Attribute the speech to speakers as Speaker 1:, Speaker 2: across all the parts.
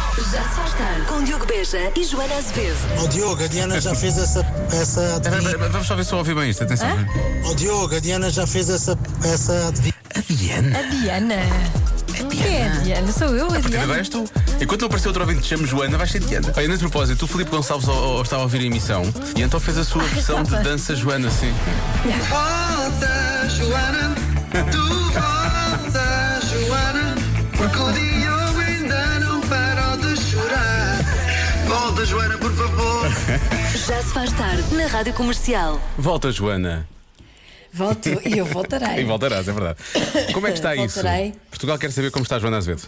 Speaker 1: Já se faz tarde com Diogo Beja e Joana Azevedo.
Speaker 2: Ó Diogo, a Diana já fez essa. essa
Speaker 3: Espera,
Speaker 2: adivinha.
Speaker 3: espera, Vamos só ver se eu ouvi bem isto, atenção.
Speaker 2: Ó Diogo, a Diana já fez essa. essa adivinha.
Speaker 3: A Diana.
Speaker 4: A Diana.
Speaker 3: Hum,
Speaker 4: Quem é a Diana? Sou eu, a
Speaker 3: Até
Speaker 4: Diana.
Speaker 3: agora és tu. Enquanto não apareceu outro ouvinte que chama Joana, vais ser Diana. Olha, nesse propósito, o Filipe Gonçalves ó, ó, estava a ouvir a emissão e então fez a sua versão de
Speaker 4: estava.
Speaker 3: dança Joana, sim.
Speaker 5: Volta, Joana, tu volta, Joana, porque o Diogo ainda não parou de chorar. Volta, Joana, por favor.
Speaker 1: Já se faz tarde na Rádio Comercial.
Speaker 3: Volta, Joana.
Speaker 4: Volto e eu voltarei.
Speaker 3: E voltarás, é verdade. Como é que está isso?
Speaker 4: Voltarei.
Speaker 3: Portugal quer saber como está a Joana Azevedo.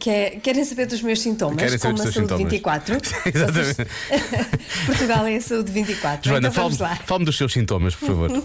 Speaker 4: Quer- querem saber dos meus sintomas?
Speaker 3: Querem saber
Speaker 4: Como
Speaker 3: dos
Speaker 4: a
Speaker 3: teus
Speaker 4: saúde
Speaker 3: sintomas.
Speaker 4: 24.
Speaker 3: Exatamente.
Speaker 4: Vocês- Portugal é a saúde 24.
Speaker 3: Joana,
Speaker 4: então vamos lá.
Speaker 3: fala-me dos seus sintomas, por favor.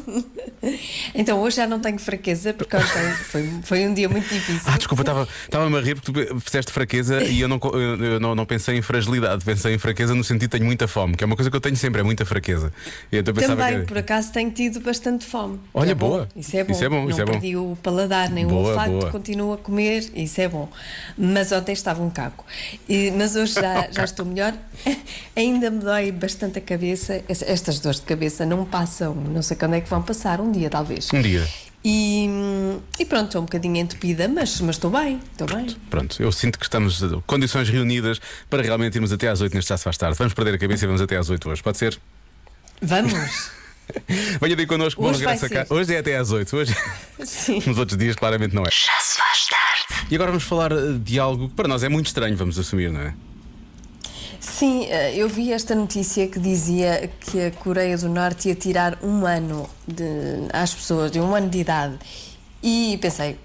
Speaker 4: Então hoje já não tenho fraqueza porque hoje foi, foi- foi um dia muito difícil.
Speaker 3: Ah, desculpa, estava- estava-me a rir porque tu fizeste fraqueza e eu, não, co- eu- eu não, não pensei em fragilidade, pensei em fraqueza no sentido de tenho muita fome, que é uma coisa que eu tenho sempre, é muita fraqueza. E eu pensava que
Speaker 4: Também,
Speaker 3: era-
Speaker 4: por acaso, tenho tido bastante fome.
Speaker 3: Olha,
Speaker 4: É bom.
Speaker 3: boa.
Speaker 4: Isso é bom.
Speaker 3: Isso é bom,
Speaker 4: Não
Speaker 3: isso é bom.
Speaker 4: perdi o paladar, nem
Speaker 3: Boa,
Speaker 4: o olfato,
Speaker 3: boa.
Speaker 4: continuo a comer, isso é bom. Mas ontem estava um caco. E- mas hoje já, já estou melhor. Ainda me dói bastante a cabeça. Es- Estas dores de cabeça não passam. Não sei quando é que vão passar. Um dia, talvez.
Speaker 3: Um dia.
Speaker 4: E, hum, e pronto, estou um bocadinho entupida, mas, mas estou bem. Estou bem.
Speaker 3: Pronto, eu sinto que estamos eh, condições reunidas para realmente irmos até às 8 neste Já se faz tarde. Vamos perder a cabeça e vamos até às 8 hoje, pode ser?
Speaker 4: Vamos.
Speaker 3: Venha daí connosco, bom
Speaker 4: Hoje vai
Speaker 3: regresso a cá.
Speaker 4: ser.
Speaker 3: Hoje é até às 8, hoje.
Speaker 4: Sim.
Speaker 3: Nos outros dias, claramente não é. Já se faz tarde. E agora vamos falar eh, de algo que para nós é muito estranho, vamos assumir, não é?
Speaker 4: Sim, eh, eu vi esta notícia que dizia que a Coreia do Norte ia tirar um ano de- às pessoas de um ano de idade. E pensei,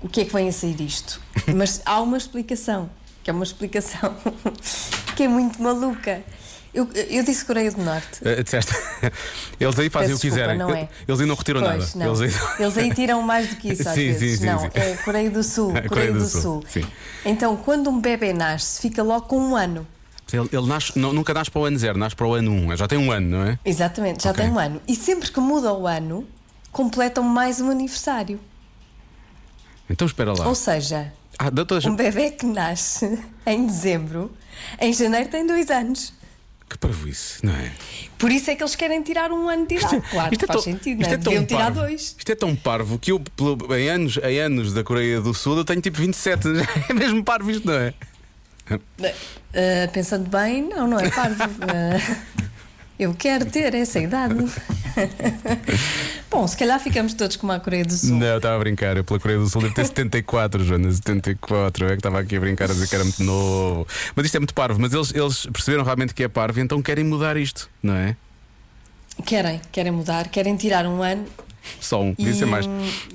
Speaker 4: o que é que vem a sair disto? Mas há uma explicação, que é uma explicação que é muito maluca. Eu, eu disse Coreia do Norte.
Speaker 3: Eh, disseste. Eles aí fazem
Speaker 4: Peço
Speaker 3: o que
Speaker 4: desculpa,
Speaker 3: quiserem.
Speaker 4: não é?
Speaker 3: Eles aí não retiram
Speaker 4: Pois,
Speaker 3: nada.
Speaker 4: não.
Speaker 3: Eles aí-
Speaker 4: tiram mais do que isso às
Speaker 3: Sim,
Speaker 4: vezes.
Speaker 3: sim, sim,
Speaker 4: não,
Speaker 3: sim.
Speaker 4: é Coreia do Sul.
Speaker 3: Coreia
Speaker 4: Coreia,
Speaker 3: do
Speaker 4: do,
Speaker 3: Sul,
Speaker 4: Sul.
Speaker 3: sim.
Speaker 4: Então, quando um bebê nasce, fica logo com um ano.
Speaker 3: Ele, ele nasce, não- nunca nasce para o ano zero, nasce para o ano 1. Um. Já tem um ano, não é?
Speaker 4: Exatamente, já
Speaker 3: Ok.
Speaker 4: tem um ano. E sempre que muda o ano, completam mais um aniversário.
Speaker 3: Então espera lá.
Speaker 4: Ou seja,
Speaker 3: Ah, doutora,
Speaker 4: um bebê que nasce em dezembro, em janeiro tem dois anos.
Speaker 3: que parvoíce, não é?
Speaker 4: Por isso é que eles querem tirar um ano de idade. Claro, faz
Speaker 3: tão-
Speaker 4: sentido,
Speaker 3: é- isto
Speaker 4: não é?
Speaker 3: é tão
Speaker 4: Deviam tirar
Speaker 3: parvo.
Speaker 4: dois.
Speaker 3: Isto é tão parvo que eu, pelo- em, anos, em anos da Coreia do Sul, eu tenho tipo 27. É mesmo parvo isto, não é?
Speaker 4: Ah, pensando bem, não, não é parvo. Ah, eu quero ter essa idade. Bom, se calhar ficamos todos como a Coreia do Sul.
Speaker 3: Não, eu estava a brincar. Eu pela Coreia do Sul devo ter 74, Joana, 74. Eu é que estava aqui a brincar a dizer que era muito novo. Mas isto é muito parvo. Mas eles, eles perceberam realmente que é parvo, e então querem mudar isto, não é?
Speaker 4: Querem, querem mudar, querem tirar um ano.
Speaker 3: Só um, podia
Speaker 4: e,
Speaker 3: ser mais.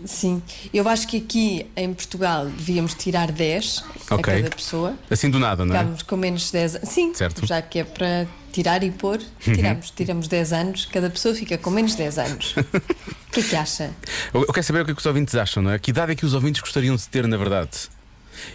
Speaker 4: Sim, eu acho que aqui em Portugal devíamos tirar 10
Speaker 3: Ok.
Speaker 4: a cada pessoa.
Speaker 3: Assim do nada, não é?
Speaker 4: Ficámos com menos de 10 anos. Sim,
Speaker 3: Certo. Uhum.
Speaker 4: já que é para tirar e pôr, tiramos, tiramos 10 anos, cada pessoa fica com menos de 10 anos. O que é que acha?
Speaker 3: Eu, eu quero saber o que, é que os ouvintes acham, não é? Que idade é que os ouvintes gostariam de ter, na verdade?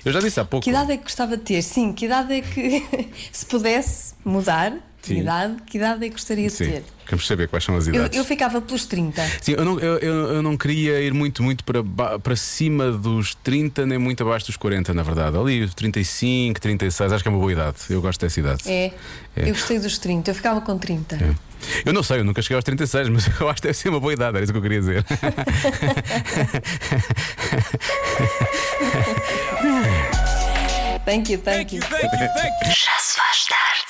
Speaker 3: Eu já disse há pouco.
Speaker 4: Que idade é que gostava de ter? Sim, que idade é que, se pudesse mudar de
Speaker 3: Sim.
Speaker 4: idade, que idade é que gostaria de
Speaker 3: Sim,
Speaker 4: ter?
Speaker 3: queremos saber quais são as
Speaker 4: Eu,
Speaker 3: idades.
Speaker 4: eu ficava pelos 30.
Speaker 3: Sim, eu não, eu, eu- eu não queria ir muito, muito para, ba- para cima dos 30, nem muito abaixo dos 40, na verdade. Ali, 35, 36, acho que é uma boa idade. Eu gosto dessa idade.
Speaker 4: É, eu gostei dos 30, eu ficava com 30.
Speaker 3: É. Eu não sei, eu nunca cheguei aos 36, mas eu acho que deve ser uma boa idade, era isso que eu queria dizer.
Speaker 4: Thank you, thank you.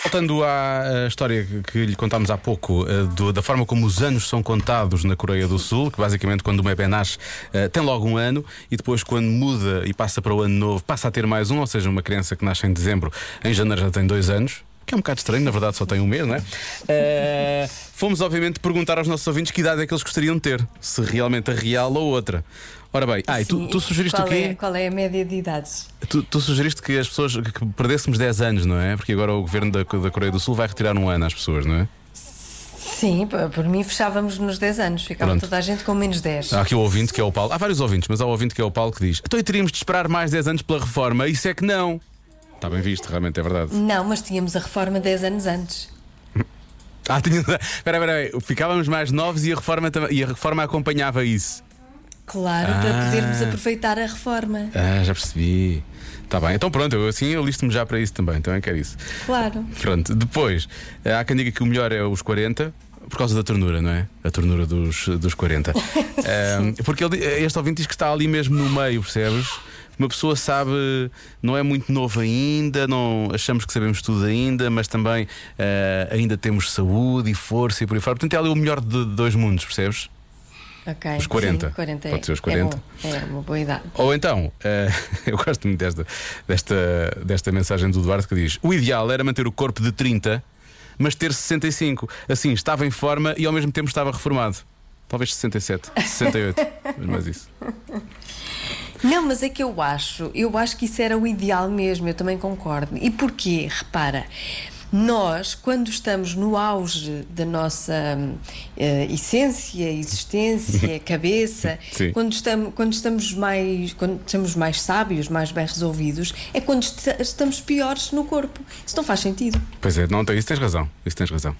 Speaker 3: Voltando à eh, história que- que lhe contámos há pouco, eh, do- da forma como os anos são contados na Coreia do Sul, que basicamente quando o bebê nasce eh, tem logo um ano e depois quando muda e passa para o ano novo passa a ter mais um, ou seja, uma criança que nasce em dezembro, em janeiro já tem dois anos. o Que é um bocado estranho, na verdade só tem um mês, não é? Eh, fomos, obviamente, perguntar aos nossos ouvintes que idade é que eles gostariam de ter, se realmente a real ou outra. Ora bem, ah, e tu,
Speaker 4: Sim,
Speaker 3: tu sugeriste
Speaker 4: qual
Speaker 3: o quê?
Speaker 4: É, qual é a média de idades?
Speaker 3: Tu, tu sugeriste que as pessoas que- que perdêssemos 10 anos, não é? Porque agora o governo da, da Coreia do Sul vai retirar um ano às pessoas, não é?
Speaker 4: Sim, p- por mim fechávamos nos 10 anos, ficava
Speaker 3: Pronto.
Speaker 4: toda a gente com menos 10.
Speaker 3: Há aqui o ouvinte que é o Paulo. Há vários ouvintes, mas há o ouvinte que é o Paulo que diz: Então e teríamos de esperar mais 10 anos pela reforma? Isso é que não. Está bem visto, realmente, é verdade.
Speaker 4: Não, mas tínhamos a reforma 10 anos antes.
Speaker 3: Ah, tinha. Espera, espera, espera. Ficávamos mais novos e a reforma, tam- e a reforma acompanhava isso.
Speaker 4: Claro, para podermos aproveitar a reforma.
Speaker 3: Ah, já percebi. Tá bem, então pronto, eu, assim eu listo-me já para isso também, então eu quero isso.
Speaker 4: Claro.
Speaker 3: Pronto, depois, eh, há quem diga que o melhor é os 40. Por causa da ternura, não é? A ternura dos, dos 40. Ahm, porque ele di- eh, este ouvinte diz que está ali mesmo no meio, percebes? Uma pessoa sabe, não é muito novo ainda, não achamos que sabemos tudo ainda, mas também eh, ainda temos saúde e força e por aí fora. Portanto, é ali o melhor de dois mundos, percebes?
Speaker 4: Ok.
Speaker 3: Os 40.
Speaker 4: Sim, 40 é-
Speaker 3: Pode ser os
Speaker 4: é
Speaker 3: 40.
Speaker 4: bom, É, uma boa idade.
Speaker 3: Ou então, eh, eu gosto muito desta, desta, desta mensagem do Eduardo que diz: O ideal era manter o corpo de 30, mas ter 65. Assim, estava em forma e ao mesmo tempo estava reformado. Talvez 67, 68, mas mais isso.
Speaker 4: Não, mas é que eu acho, eu acho que isso era o ideal mesmo, eu também concordo. E porquê? Repara, nós, quando estamos no auge da nossa hum, eh, essência, existência, cabeça,
Speaker 3: Sim.
Speaker 4: quando estamos, quando estamos mais quando estamos mais sábios, mais bem resolvidos, é quando esta- estamos piores no corpo. Isso não faz sentido.
Speaker 3: Pois é, não, tem- isso tens razão. Isso tens razão.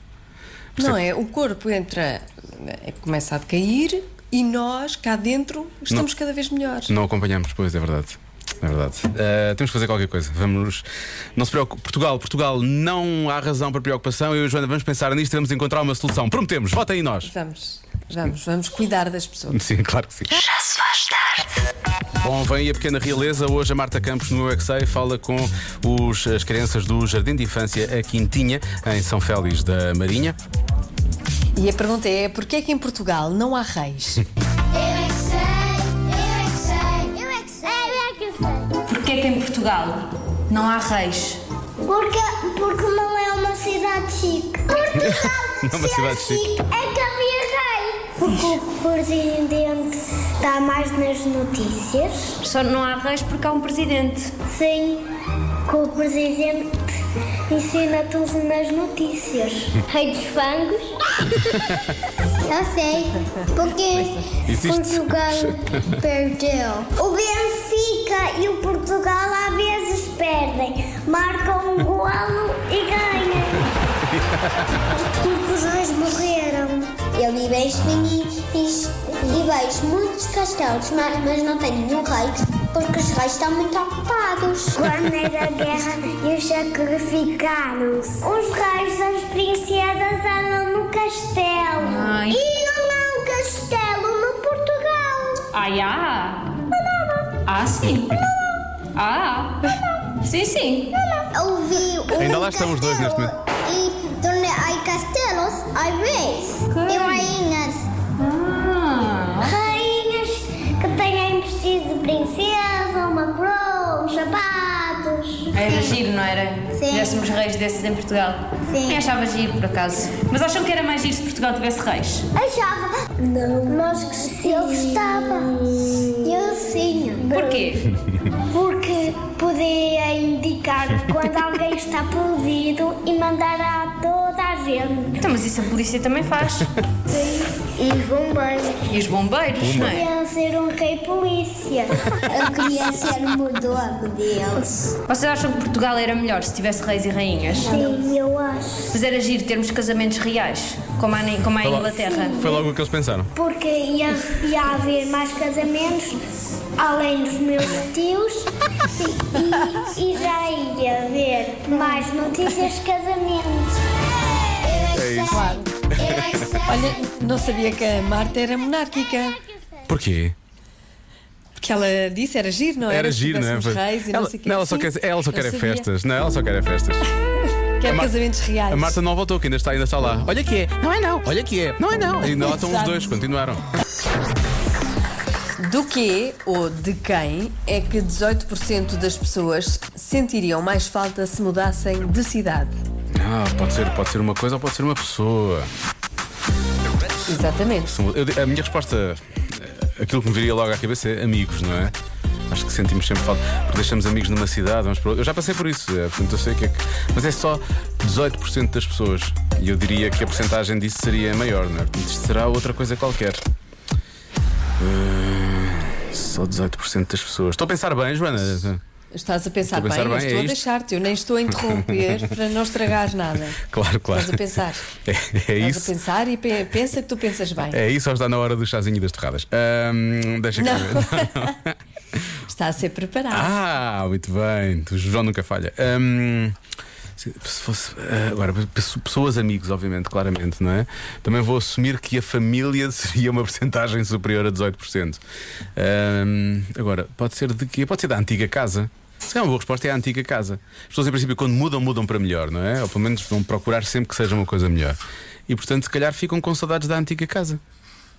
Speaker 4: Não é? O corpo entra, eh, começa a decair e nós, cá dentro, estamos cada vez melhores.
Speaker 3: Não acompanhamos, pois, é verdade. É verdade. Eh, temos que fazer qualquer coisa. Vamos. Não se preocupe. Portugal, Portugal, não há razão para preocupação. Eu e a Joana vamos pensar nisto e vamos encontrar uma solução. Prometemos, vota aí nós.
Speaker 4: Vamos, vamos, vamos cuidar das pessoas.
Speaker 3: Sim, claro que sim.
Speaker 1: Já se faz tarde.
Speaker 3: Bom, vem aí a pequena realeza. Hoje a Marta Campos no UXA fala com os, as crianças do Jardim de Infância a Quintinha, em São Félix da Marinha.
Speaker 4: E a pergunta é: porquê é que em Portugal não há reis?
Speaker 6: Porquê é que em Portugal não há reis?
Speaker 7: Porque, porque não é uma cidade chique. Portugal,
Speaker 3: Não é uma
Speaker 7: se
Speaker 3: cidade
Speaker 7: é
Speaker 3: chique.
Speaker 7: é que havia rei. Porque o presidente está mais nas notícias.
Speaker 6: Só não há reis porque há um presidente.
Speaker 7: Sim, que o presidente ensina tudo nas notícias. Rei dos fangos. Eu sei, porque
Speaker 3: Existe.
Speaker 7: Portugal perdeu. O Benfica e o Portugal às vezes perdem, marcam um golo e ganham. Porque os reis morreram. Eu vi bem e, e vejo muitos castelos, mas, mas não tem nenhum rei, porque os reis estão muito ocupados. Quando era guerra, eles sacrificaram-se. Os reis das princesas andam no castelo.
Speaker 6: Ai.
Speaker 7: E não há um castelo no Portugal.
Speaker 6: Ai, há. Ah, sim. Ah. Sim, sim.
Speaker 7: Eu vi um
Speaker 3: Ainda lá estão os dois neste
Speaker 7: castelo E donde há castelos, há reis
Speaker 6: Ok.
Speaker 7: e rainhas.
Speaker 6: Ah.
Speaker 7: Rainhas que têm vestido de princesa, uma coroa, uns sapatos.
Speaker 6: Era giro, não era?
Speaker 7: Sim.
Speaker 6: Tivéssemos reis desses em Portugal.
Speaker 7: Sim.
Speaker 6: Quem achava giro, por acaso? Mas acham que era mais giro se Portugal tivesse reis?
Speaker 7: Achava. Não. Nós Eu gostava. Eu sim.
Speaker 6: Porquê?
Speaker 7: Porque podia indicar quando alguém está perdido e mandar a toda a gente.
Speaker 6: Então, mas isso a polícia também faz.
Speaker 7: E bombeiros.
Speaker 6: E os bombeiros, não é?
Speaker 7: Queria ser um rei polícia. Eu queria ser o mordomo deles.
Speaker 6: Vocês acham que Portugal era melhor se tivesse reis e rainhas?
Speaker 7: Sim, eu acho.
Speaker 6: Mas era giro termos casamentos reais, como há, na- como há em
Speaker 3: Olá.
Speaker 6: Inglaterra.
Speaker 3: Foi logo o que eles pensaram.
Speaker 7: Porque ia, ia haver mais casamentos, além dos meus tios, e, e- e já ia haver mais notícias de casamentos. é
Speaker 3: É isso.
Speaker 4: Olha, não sabia que a Marta era
Speaker 7: é
Speaker 4: monárquica.
Speaker 3: Porquê?
Speaker 4: Porque ela disse era giro, não era?
Speaker 3: Era giro, não é?
Speaker 4: Tivessemos Reis e
Speaker 3: Ela,
Speaker 4: não sei o quê.
Speaker 3: não, ela só
Speaker 4: Sim,
Speaker 3: quer, ela só
Speaker 4: eu
Speaker 3: quer é
Speaker 4: sabia.
Speaker 3: festas. Não, ela só quer é festas.
Speaker 4: Quer
Speaker 3: Mar-
Speaker 4: casamentos reais.
Speaker 3: A Marta não voltou, que ainda está, ainda está lá. Olha que é. Não é não. Olha que é. Não é não. Ainda lá estão os
Speaker 4: Exato.
Speaker 3: dois, continuaram.
Speaker 4: Do que ou de quem é que 18% das pessoas sentiriam mais falta se mudassem de cidade?
Speaker 3: Ah, pode ser, pode ser uma coisa ou pode ser uma pessoa.
Speaker 4: Exatamente.
Speaker 3: São- eu- a minha resposta, eh, aquilo que me viria logo à cabeça é amigos, não é? Acho que sentimos sempre falta, porque deixamos amigos numa cidade, vamos para outra. Eu já passei por isso, eh, portanto eu sei o que é que. Mas é só 18% das pessoas. E eu diria que a porcentagem disso seria maior, não é? Portanto, isto será outra coisa qualquer. Eh, só 18% das pessoas. Estou a pensar bem, Joana?
Speaker 4: Estás a pensar,
Speaker 3: Estou a pensar
Speaker 4: bem, eu
Speaker 3: bem, é
Speaker 4: estou a
Speaker 3: isto?
Speaker 4: deixar-te, eu nem estou a interromper para não estragares nada.
Speaker 3: Claro, claro.
Speaker 4: Estás a pensar.
Speaker 3: É, é
Speaker 4: Estás
Speaker 3: isso.
Speaker 4: a pensar e pe- pensa que tu pensas bem.
Speaker 3: É isso, ou está na hora do chazinho e das torradas? Ahm, deixa cá
Speaker 4: Não.
Speaker 3: ver.
Speaker 4: Está a ser preparado.
Speaker 3: Ah, muito bem. O João nunca falha. Ahm, se se fosse. ah, agora, pesso- pessoas, amigos, obviamente, claramente, não é? Também vou assumir que a família seria uma porcentagem superior a 18%. Ahm, Hum, agora, pode ser de quê? Pode ser da antiga casa. Se calhar uma boa resposta é a antiga casa. As pessoas, em princípio, quando mudam, mudam para melhor, não é? Ou pelo menos vão procurar sempre que seja uma coisa melhor. E, portanto, se calhar ficam com saudades da antiga casa.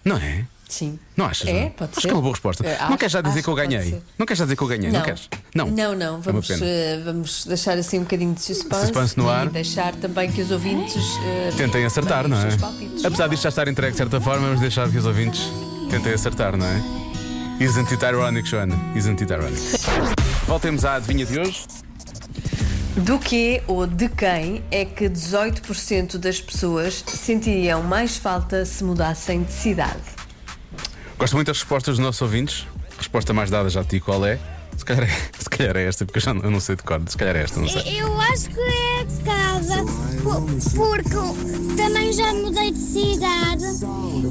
Speaker 3: Não é?
Speaker 4: Sim.
Speaker 3: Não achas?
Speaker 4: É,
Speaker 3: não?
Speaker 4: pode
Speaker 3: acho
Speaker 4: ser.
Speaker 3: que é uma boa resposta.
Speaker 4: É,
Speaker 3: não
Speaker 4: acho-
Speaker 3: queres já dizer
Speaker 4: acho
Speaker 3: que eu
Speaker 4: que pode
Speaker 3: ganhei?
Speaker 4: ser.
Speaker 3: Não queres já dizer que eu ganhei? Não, queres? Não.
Speaker 4: não, não. Vamos,
Speaker 3: é uma pena.
Speaker 4: eh, vamos deixar assim um bocadinho de suspense,
Speaker 3: Suspense no ar.
Speaker 4: e deixar também que os ouvintes eh,
Speaker 3: Tentem acertar,
Speaker 4: mandem
Speaker 3: não
Speaker 4: os
Speaker 3: é?
Speaker 4: seus palpites.
Speaker 3: Apesar disto já estar entregue de certa forma, vamos deixar que os ouvintes tentem acertar, não é? Isn't it ironic, Joana? Isn't it ironic? Voltemos à adivinha de hoje.
Speaker 4: Do que ou de quem é que 18% das pessoas sentiriam mais falta se mudassem de cidade?
Speaker 3: Gosto muito das respostas dos nossos ouvintes. Resposta mais dada já te digo qual é. Se calhar é, se calhar é esta, porque eu já não, eu não sei de cor. Se calhar é esta, não sei.
Speaker 7: Eu acho que é de casa, po- porque também já mudei de cidade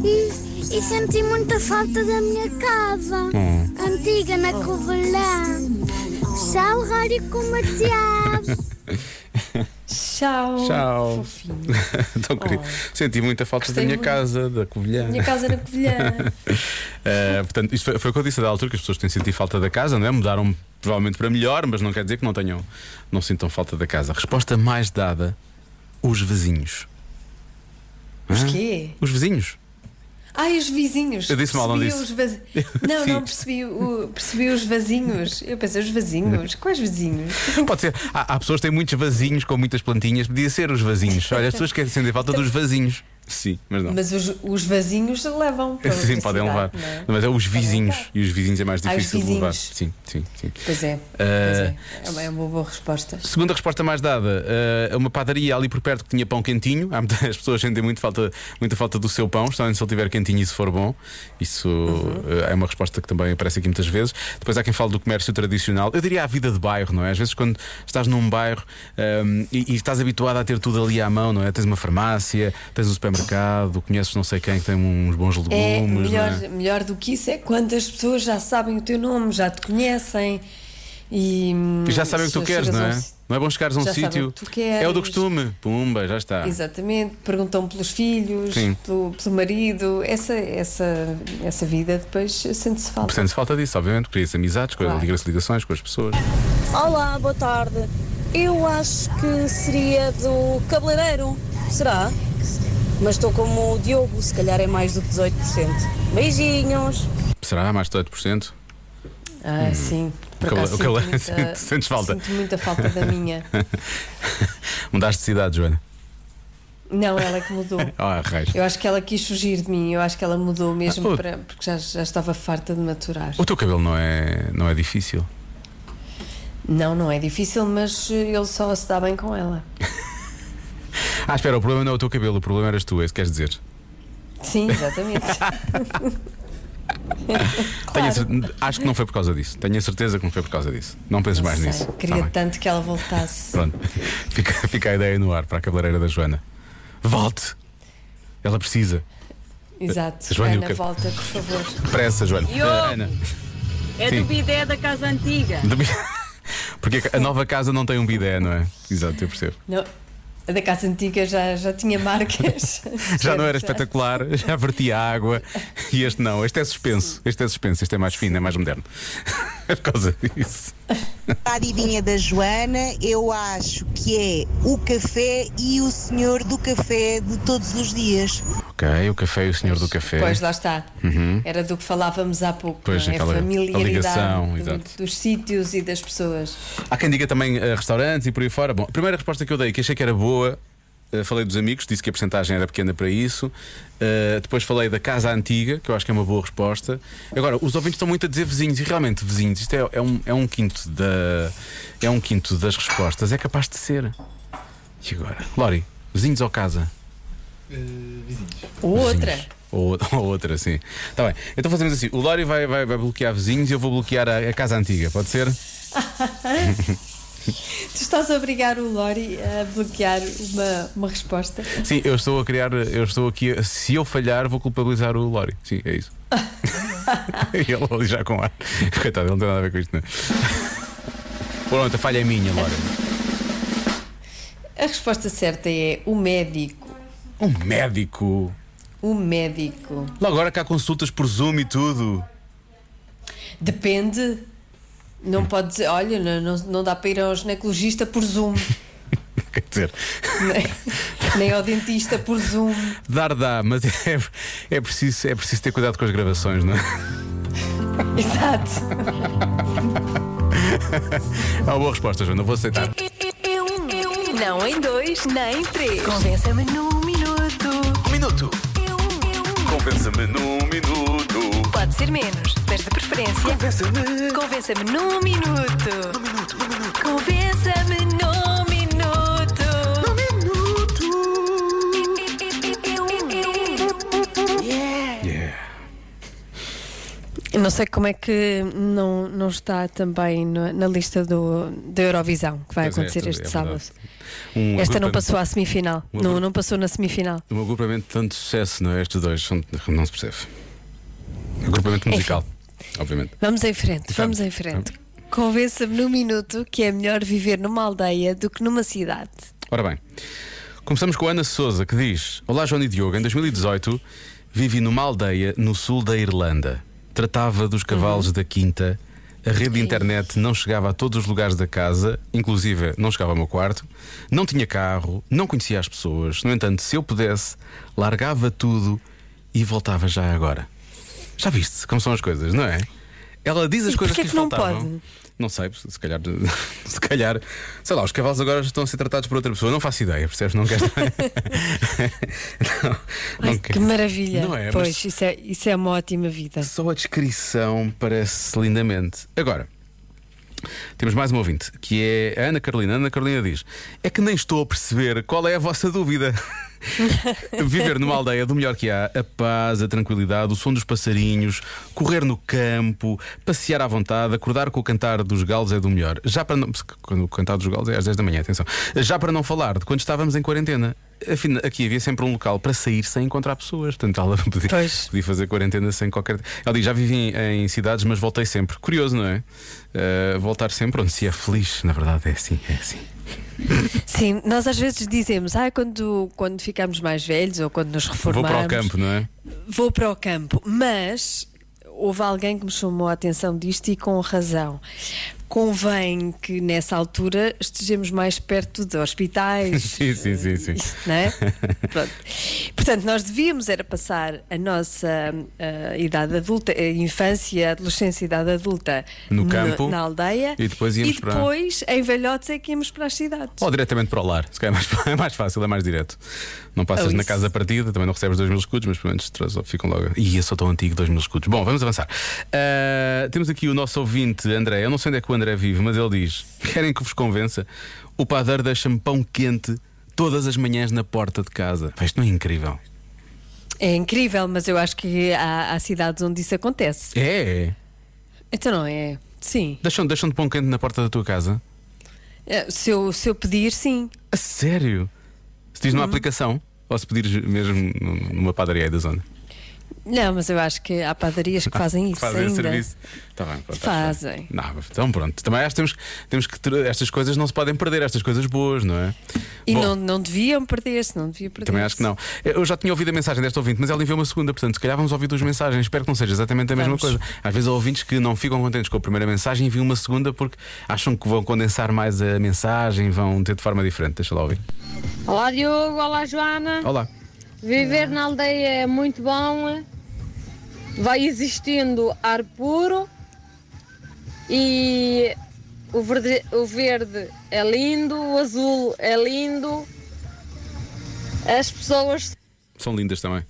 Speaker 7: e, e senti muita falta da minha casa
Speaker 3: Hum.
Speaker 7: antiga na Covilhã. Tchau, Rádio Comercial.
Speaker 4: Tchau.
Speaker 3: Tchau.
Speaker 4: É um Fofinho. Oh.
Speaker 3: Tão querido. Senti muita falta
Speaker 4: Gostei
Speaker 3: da minha
Speaker 4: muito.
Speaker 3: casa, da Covilhã.
Speaker 4: Minha casa na Covilhã.
Speaker 3: Uh, portanto, isto foi, foi o que eu disse da altura que as pessoas têm sentido falta da casa, não é? Mudaram provavelmente para melhor, mas não quer dizer que não tenham, não sintam falta da casa. Resposta mais dada: os vizinhos.
Speaker 4: Os
Speaker 3: Hã?
Speaker 4: quê?
Speaker 3: Os vizinhos.
Speaker 4: Ai, os vizinhos.
Speaker 3: Eu disse mal, não
Speaker 4: Percebi
Speaker 3: disse?
Speaker 4: os vazi- Não,
Speaker 3: Sim.
Speaker 4: não percebi, o- percebi os vazinhos. Eu pensei, os vazinhos? Quais vizinhos?
Speaker 3: Pode ser. Há, há pessoas que têm muitos vasinhos com muitas plantinhas, podia ser os vasinhos. Olha, as pessoas querem sentir falta dos vasinhos. Sim, mas não.
Speaker 4: Mas os, os vazinhos levam para outra
Speaker 3: Sim, podem levar.
Speaker 4: cidade, não é?
Speaker 3: Mas é os
Speaker 4: Podem
Speaker 3: vizinhos.
Speaker 4: levar.
Speaker 3: E os vizinhos é mais
Speaker 4: Ah, os
Speaker 3: difícil de levar.
Speaker 4: vizinhos.
Speaker 3: Sim, sim, sim.
Speaker 4: Pois é,
Speaker 3: Eh,
Speaker 4: pois é. É uma boa resposta.
Speaker 3: Segunda resposta mais dada, eh, uma padaria ali por perto que tinha pão quentinho. Há muita- As pessoas sentem muito falta, muita falta do seu pão, especialmente se ele tiver quentinho e se for bom. Isso
Speaker 4: Uhum.
Speaker 3: eh, é uma resposta que também aparece aqui muitas vezes. Depois há quem fala do comércio tradicional. Eu diria a vida de bairro, não é? Às vezes, quando estás num bairro ehm, e, e estás habituado a ter tudo ali à mão, não é? Tens uma farmácia, tens um supermercado, conheces não sei quem que tem uns bons legumes.
Speaker 4: É melhor,
Speaker 3: não é?
Speaker 4: melhor do que isso é quando as pessoas já sabem o teu nome, já te conhecem e,
Speaker 3: E já sabem o que tu
Speaker 4: che-
Speaker 3: queres,
Speaker 4: chegas
Speaker 3: não
Speaker 4: a um
Speaker 3: é?
Speaker 4: si-
Speaker 3: Não é bom chegares a um
Speaker 4: já sabem
Speaker 3: sítio.
Speaker 4: o que tu queres.
Speaker 3: É o do costume. Pumba, já está.
Speaker 4: Exatamente, perguntam pelos filhos,
Speaker 3: Sim.
Speaker 4: pelo, pelo marido, essa, essa, essa vida depois sente-se falta.
Speaker 3: Sente-se falta disso, obviamente, cria-se amizades, com-
Speaker 4: Claro.
Speaker 3: liga-se ligações com as pessoas.
Speaker 8: Olá, boa tarde. Eu acho que seria do cabeleireiro, será? Mas estou como o Diogo, se calhar é mais do que 18%. Beijinhos!
Speaker 3: Será mais de 18%? Uhum.
Speaker 4: Ah, sim. Por
Speaker 3: O cala-
Speaker 4: acaso,
Speaker 3: o cala-
Speaker 4: sinto muita-
Speaker 3: sentes falta.
Speaker 4: Sinto muita falta da minha.
Speaker 3: Mudaste de cidade, Joana.
Speaker 4: Não, ela é que mudou.
Speaker 3: Ah, raios.
Speaker 4: Eu acho que ela quis fugir de mim, eu acho que ela mudou mesmo
Speaker 3: Ah, Oh. o-
Speaker 4: para- porque já, já estava farta de maturar.
Speaker 3: O teu cabelo não é, não é difícil.
Speaker 4: Não, não é difícil, mas eh, ele só se dá bem com ela.
Speaker 3: Ah, espera, o problema não é o teu cabelo, o problema eras tu, é isso que queres dizer.
Speaker 4: Sim, exatamente.
Speaker 3: Tenho a cer- Acho que não foi por causa disso. Tenho a certeza que não foi por causa disso. Não penses mais
Speaker 4: Sei,
Speaker 3: nisso.
Speaker 4: Queria
Speaker 3: Tá bem.
Speaker 4: tanto que ela voltasse.
Speaker 3: Pronto. Fica, fica a ideia no ar para a cabeleireira da Joana. Volte! Ela precisa.
Speaker 4: Exato.
Speaker 3: Joana, eu
Speaker 4: Ana,
Speaker 3: quero-
Speaker 4: volta, por favor.
Speaker 3: Pressa, Joana.
Speaker 8: Yo!
Speaker 3: Ah, Ana.
Speaker 8: É
Speaker 3: Sim.
Speaker 8: do bidé da casa antiga.
Speaker 3: Do bi- Porque a nova casa não tem um bidé, não é? Exato, eu percebo.
Speaker 4: Não, a da casa antiga já, já tinha marcas.
Speaker 3: Já não era espetacular, já vertia água e este não, este é suspenso, este é suspenso, este é mais fino, é mais moderno. É por causa disso.
Speaker 9: A adivinha da Joana, eu acho que é o café e o senhor do café de todos os dias.
Speaker 3: Ok, o café e o senhor do café. Uhum.
Speaker 4: Pois lá está. Era do que falávamos há pouco.
Speaker 3: Pois,
Speaker 4: não é?
Speaker 3: aquela- a
Speaker 4: a familiaridade
Speaker 3: ligação,
Speaker 4: do-
Speaker 3: exato.
Speaker 4: dos sítios e das pessoas.
Speaker 3: Há quem diga também eh, restaurantes e por aí fora. Bom, a primeira resposta que eu dei, que achei que era boa, eh, falei dos amigos, disse que a porcentagem era pequena para isso. Eh, depois falei da casa antiga, que eu acho que é uma boa resposta. Agora, os ouvintes estão muito a dizer vizinhos, e realmente vizinhos, isto é, é um, é um quinto da, é um quinto das respostas, é capaz de ser. E agora? Lori, vizinhos ou casa?
Speaker 4: Outra.
Speaker 3: Vizinhos. Ou, ou outra, sim. Está bem. Então fazemos assim: o Lori vai, vai, vai bloquear vizinhos e eu vou bloquear a, a casa antiga, pode ser?
Speaker 4: Tu estás a obrigar o Lori a bloquear uma, uma resposta.
Speaker 3: Sim, eu estou a criar, eu estou aqui. a- Se eu falhar, vou culpabilizar o Lori. Sim, é isso. e ele ali já com ar. Coitado, ele não tem nada a ver com isto, não é? Pronto, a falha é minha, Lori.
Speaker 4: A resposta certa é o médico.
Speaker 3: Um médico.
Speaker 4: O médico.
Speaker 3: Lá agora que há consultas por Zoom e tudo.
Speaker 4: Depende. Não pode dizer, olha, não, não, não dá para ir ao ginecologista por Zoom,
Speaker 3: Quer dizer,
Speaker 4: nem, nem ao dentista por Zoom.
Speaker 3: dar dá, mas é, é, preciso, é preciso ter cuidado com as gravações, não é?
Speaker 4: Exato.
Speaker 3: É uma boa resposta, Joana, vou aceitar.
Speaker 1: Não em dois, nem em três. Convença-me num minuto. Um minuto.
Speaker 3: Pensa-me num minuto.
Speaker 1: Pode ser menos, mas de preferência. Convença-me. Convença-me num minuto. Num minuto, num minuto. Convença-me num minuto. Num minuto.
Speaker 3: Yeah.
Speaker 4: Não sei como é que não, não está também na, na lista do, da Eurovisão que vai
Speaker 3: Pois é,
Speaker 4: acontecer
Speaker 3: esta-
Speaker 4: este
Speaker 3: é
Speaker 4: sábado.
Speaker 3: verdade. Um
Speaker 4: Esta não
Speaker 3: agrupamento-
Speaker 4: passou à semifinal.
Speaker 3: Um
Speaker 4: Não,
Speaker 3: agru-
Speaker 4: não passou na semifinal.
Speaker 3: Um agrupamento de tanto sucesso, não é? Estes dois são- não se percebe.
Speaker 4: É
Speaker 3: Agrupamento musical, obviamente.
Speaker 4: Vamos em frente, vamos em frente. Convença-me num minuto que é melhor viver numa aldeia do que numa cidade.
Speaker 3: Ora bem, começamos com a Ana Souza que diz: Olá, João e Diogo. Em 2018 vivi numa aldeia no sul da Irlanda. Tratava dos cavalos
Speaker 4: Uhum.
Speaker 3: da quinta. A rede de internet não chegava a todos os lugares da casa, inclusive não chegava ao meu quarto. Não tinha carro, não conhecia as pessoas. No entanto, se eu pudesse, largava tudo e voltava já agora. Já viste como são as coisas, não é? Ela diz as
Speaker 4: E
Speaker 3: coisas
Speaker 4: porquê
Speaker 3: que,
Speaker 4: que
Speaker 3: lhe
Speaker 4: não
Speaker 3: faltavam.
Speaker 4: pode?
Speaker 3: Não sei, se calhar, se calhar, sei lá, os cavalos agora estão a ser tratados por outra pessoa. Não faço ideia, percebes? Não quero. não, não
Speaker 4: Ai,
Speaker 3: quero.
Speaker 4: que maravilha!
Speaker 3: Não é?
Speaker 4: pois,
Speaker 3: Mas-
Speaker 4: isso, é, isso é uma ótima vida.
Speaker 3: Só a descrição parece lindamente. Agora, temos mais um ouvinte, que é a Ana Carolina. A Ana Carolina diz: É que nem estou a perceber qual é a vossa dúvida. Viver numa aldeia do melhor que há, a paz, a tranquilidade, o som dos passarinhos, correr no campo, passear à vontade, acordar com o cantar dos galos é do melhor. Já para não. Quando o cantar dos galos é às 10 da manhã, atenção. Já para não falar de quando estávamos em quarentena. Afina- Aqui havia sempre um local para sair sem encontrar pessoas. Portanto, ela podia,
Speaker 4: Pois.
Speaker 3: Podia fazer quarentena sem qualquer. Ela diz: já vivi em, em cidades, mas voltei sempre. Curioso, não é? Eh, voltar sempre onde se é feliz, na verdade, é assim, é assim.
Speaker 4: Sim, nós às vezes dizemos, ah, quando, quando ficamos mais velhos ou quando nos
Speaker 3: Vou
Speaker 4: reformamos.
Speaker 3: para o campo, não é?
Speaker 4: Vou para o campo, mas houve alguém que me chamou a atenção disto e com razão. Convém que nessa altura estejamos mais perto de hospitais.
Speaker 3: Sim, sim, sim, sim.
Speaker 4: Não é? Pronto. Portanto, nós devíamos era passar a nossa ah, idade adulta, a infância, a adolescência, a idade adulta
Speaker 3: No
Speaker 4: na-
Speaker 3: campo.
Speaker 4: na aldeia
Speaker 3: E depois íamos
Speaker 4: e
Speaker 3: para-
Speaker 4: depois, em velhotes é que íamos para as cidades.
Speaker 3: Ou diretamente para o lar, se calhar é mais, é mais fácil, é mais direto. Não passas
Speaker 4: Ou
Speaker 3: na
Speaker 4: isso.
Speaker 3: casa partida, também não recebes dois mil escudos, mas pelo menos traz- ficam logo. Ih, eu sou tão antigo, dois mil escudos. Bom, vamos avançar. Ah, temos aqui o nosso ouvinte, André. Eu não sei onde é que o André vive, mas ele diz: Querem que vos convença? O padeiro deixa-me pão quente todas as manhãs na porta de casa. Pá, Isto não é incrível?
Speaker 4: É incrível, mas eu acho que há, há cidades onde isso acontece.
Speaker 3: É, é.
Speaker 4: Então não é? Sim.
Speaker 3: Deixam, deixam de pão quente na porta da tua casa?
Speaker 4: É, Se eu, se eu pedir, sim.
Speaker 3: A sério? Se diz numa
Speaker 4: Uhum.
Speaker 3: aplicação? Ou se pedires mesmo num- numa padaria aí da zona?
Speaker 4: Não, mas eu acho que há padarias que fazem isso
Speaker 3: Ah, fazem
Speaker 4: ainda.
Speaker 3: serviço. Tá bem, pronto,
Speaker 4: Fazem.
Speaker 3: tá bem. Não, então pronto. Também acho que temos, temos que. ter- Estas coisas não se podem perder, estas coisas boas, não é?
Speaker 4: E
Speaker 3: Bom,
Speaker 4: não, não deviam perder-se, não devia perder-se.
Speaker 3: Também acho que não. Eu já tinha ouvido a mensagem desta ouvinte, mas ela enviou uma segunda, portanto, se calhar vamos ouvir duas mensagens. Espero que não seja exatamente a mesma
Speaker 4: Vamos.
Speaker 3: coisa. Às vezes há ouvintes que não ficam contentes com a primeira mensagem e enviam uma segunda porque acham que vão condensar mais a mensagem, vão ter de forma diferente. Deixa lá ouvir.
Speaker 10: Olá Diogo, olá Joana.
Speaker 3: Olá.
Speaker 10: Viver na aldeia é muito bom. Vai existindo ar puro e o verde, o verde é lindo, o azul é lindo. As pessoas
Speaker 3: São lindas também.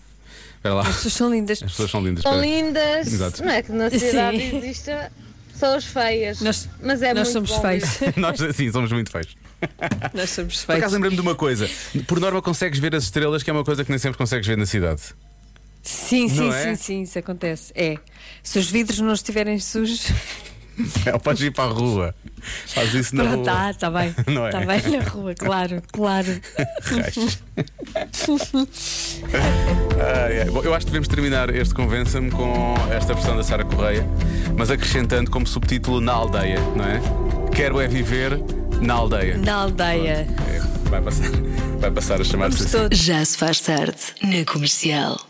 Speaker 3: Espera lá.
Speaker 4: As pessoas são lindas.
Speaker 3: As pessoas são lindas.
Speaker 10: são
Speaker 3: espera.
Speaker 10: lindas.
Speaker 3: Exato.
Speaker 10: Não é que na cidade
Speaker 4: Sim.
Speaker 10: exista pessoas feias.
Speaker 4: Nós-
Speaker 10: mas é
Speaker 4: Nós
Speaker 10: muito
Speaker 4: somos
Speaker 10: bom
Speaker 4: feios.
Speaker 10: viver.
Speaker 3: Nós assim somos muito feios.
Speaker 4: Nós somos
Speaker 3: Por
Speaker 4: feios.
Speaker 3: é acaso lembrei-me de uma coisa. Por norma consegues ver as estrelas, que é uma coisa que nem sempre consegues ver na cidade.
Speaker 4: Sim, sim,
Speaker 3: Não é?
Speaker 4: sim, sim, isso acontece. É. Se os vidros não estiverem sujos.
Speaker 3: Ela pode ir para a rua. Faz isso na
Speaker 4: Pronto,
Speaker 3: rua.
Speaker 4: tá, tá bem.
Speaker 3: Não é?
Speaker 4: Tá bem na rua, claro, claro.
Speaker 3: Raios. Ai, ai. Bom, eu acho que devemos terminar este Convença-me com esta versão da Sara Correia, mas acrescentando como subtítulo Na Aldeia, não é? Quero é viver na aldeia.
Speaker 4: Na aldeia.
Speaker 3: É, vai, passar, vai passar a chamar-se assim.
Speaker 1: Já se faz tarde na comercial.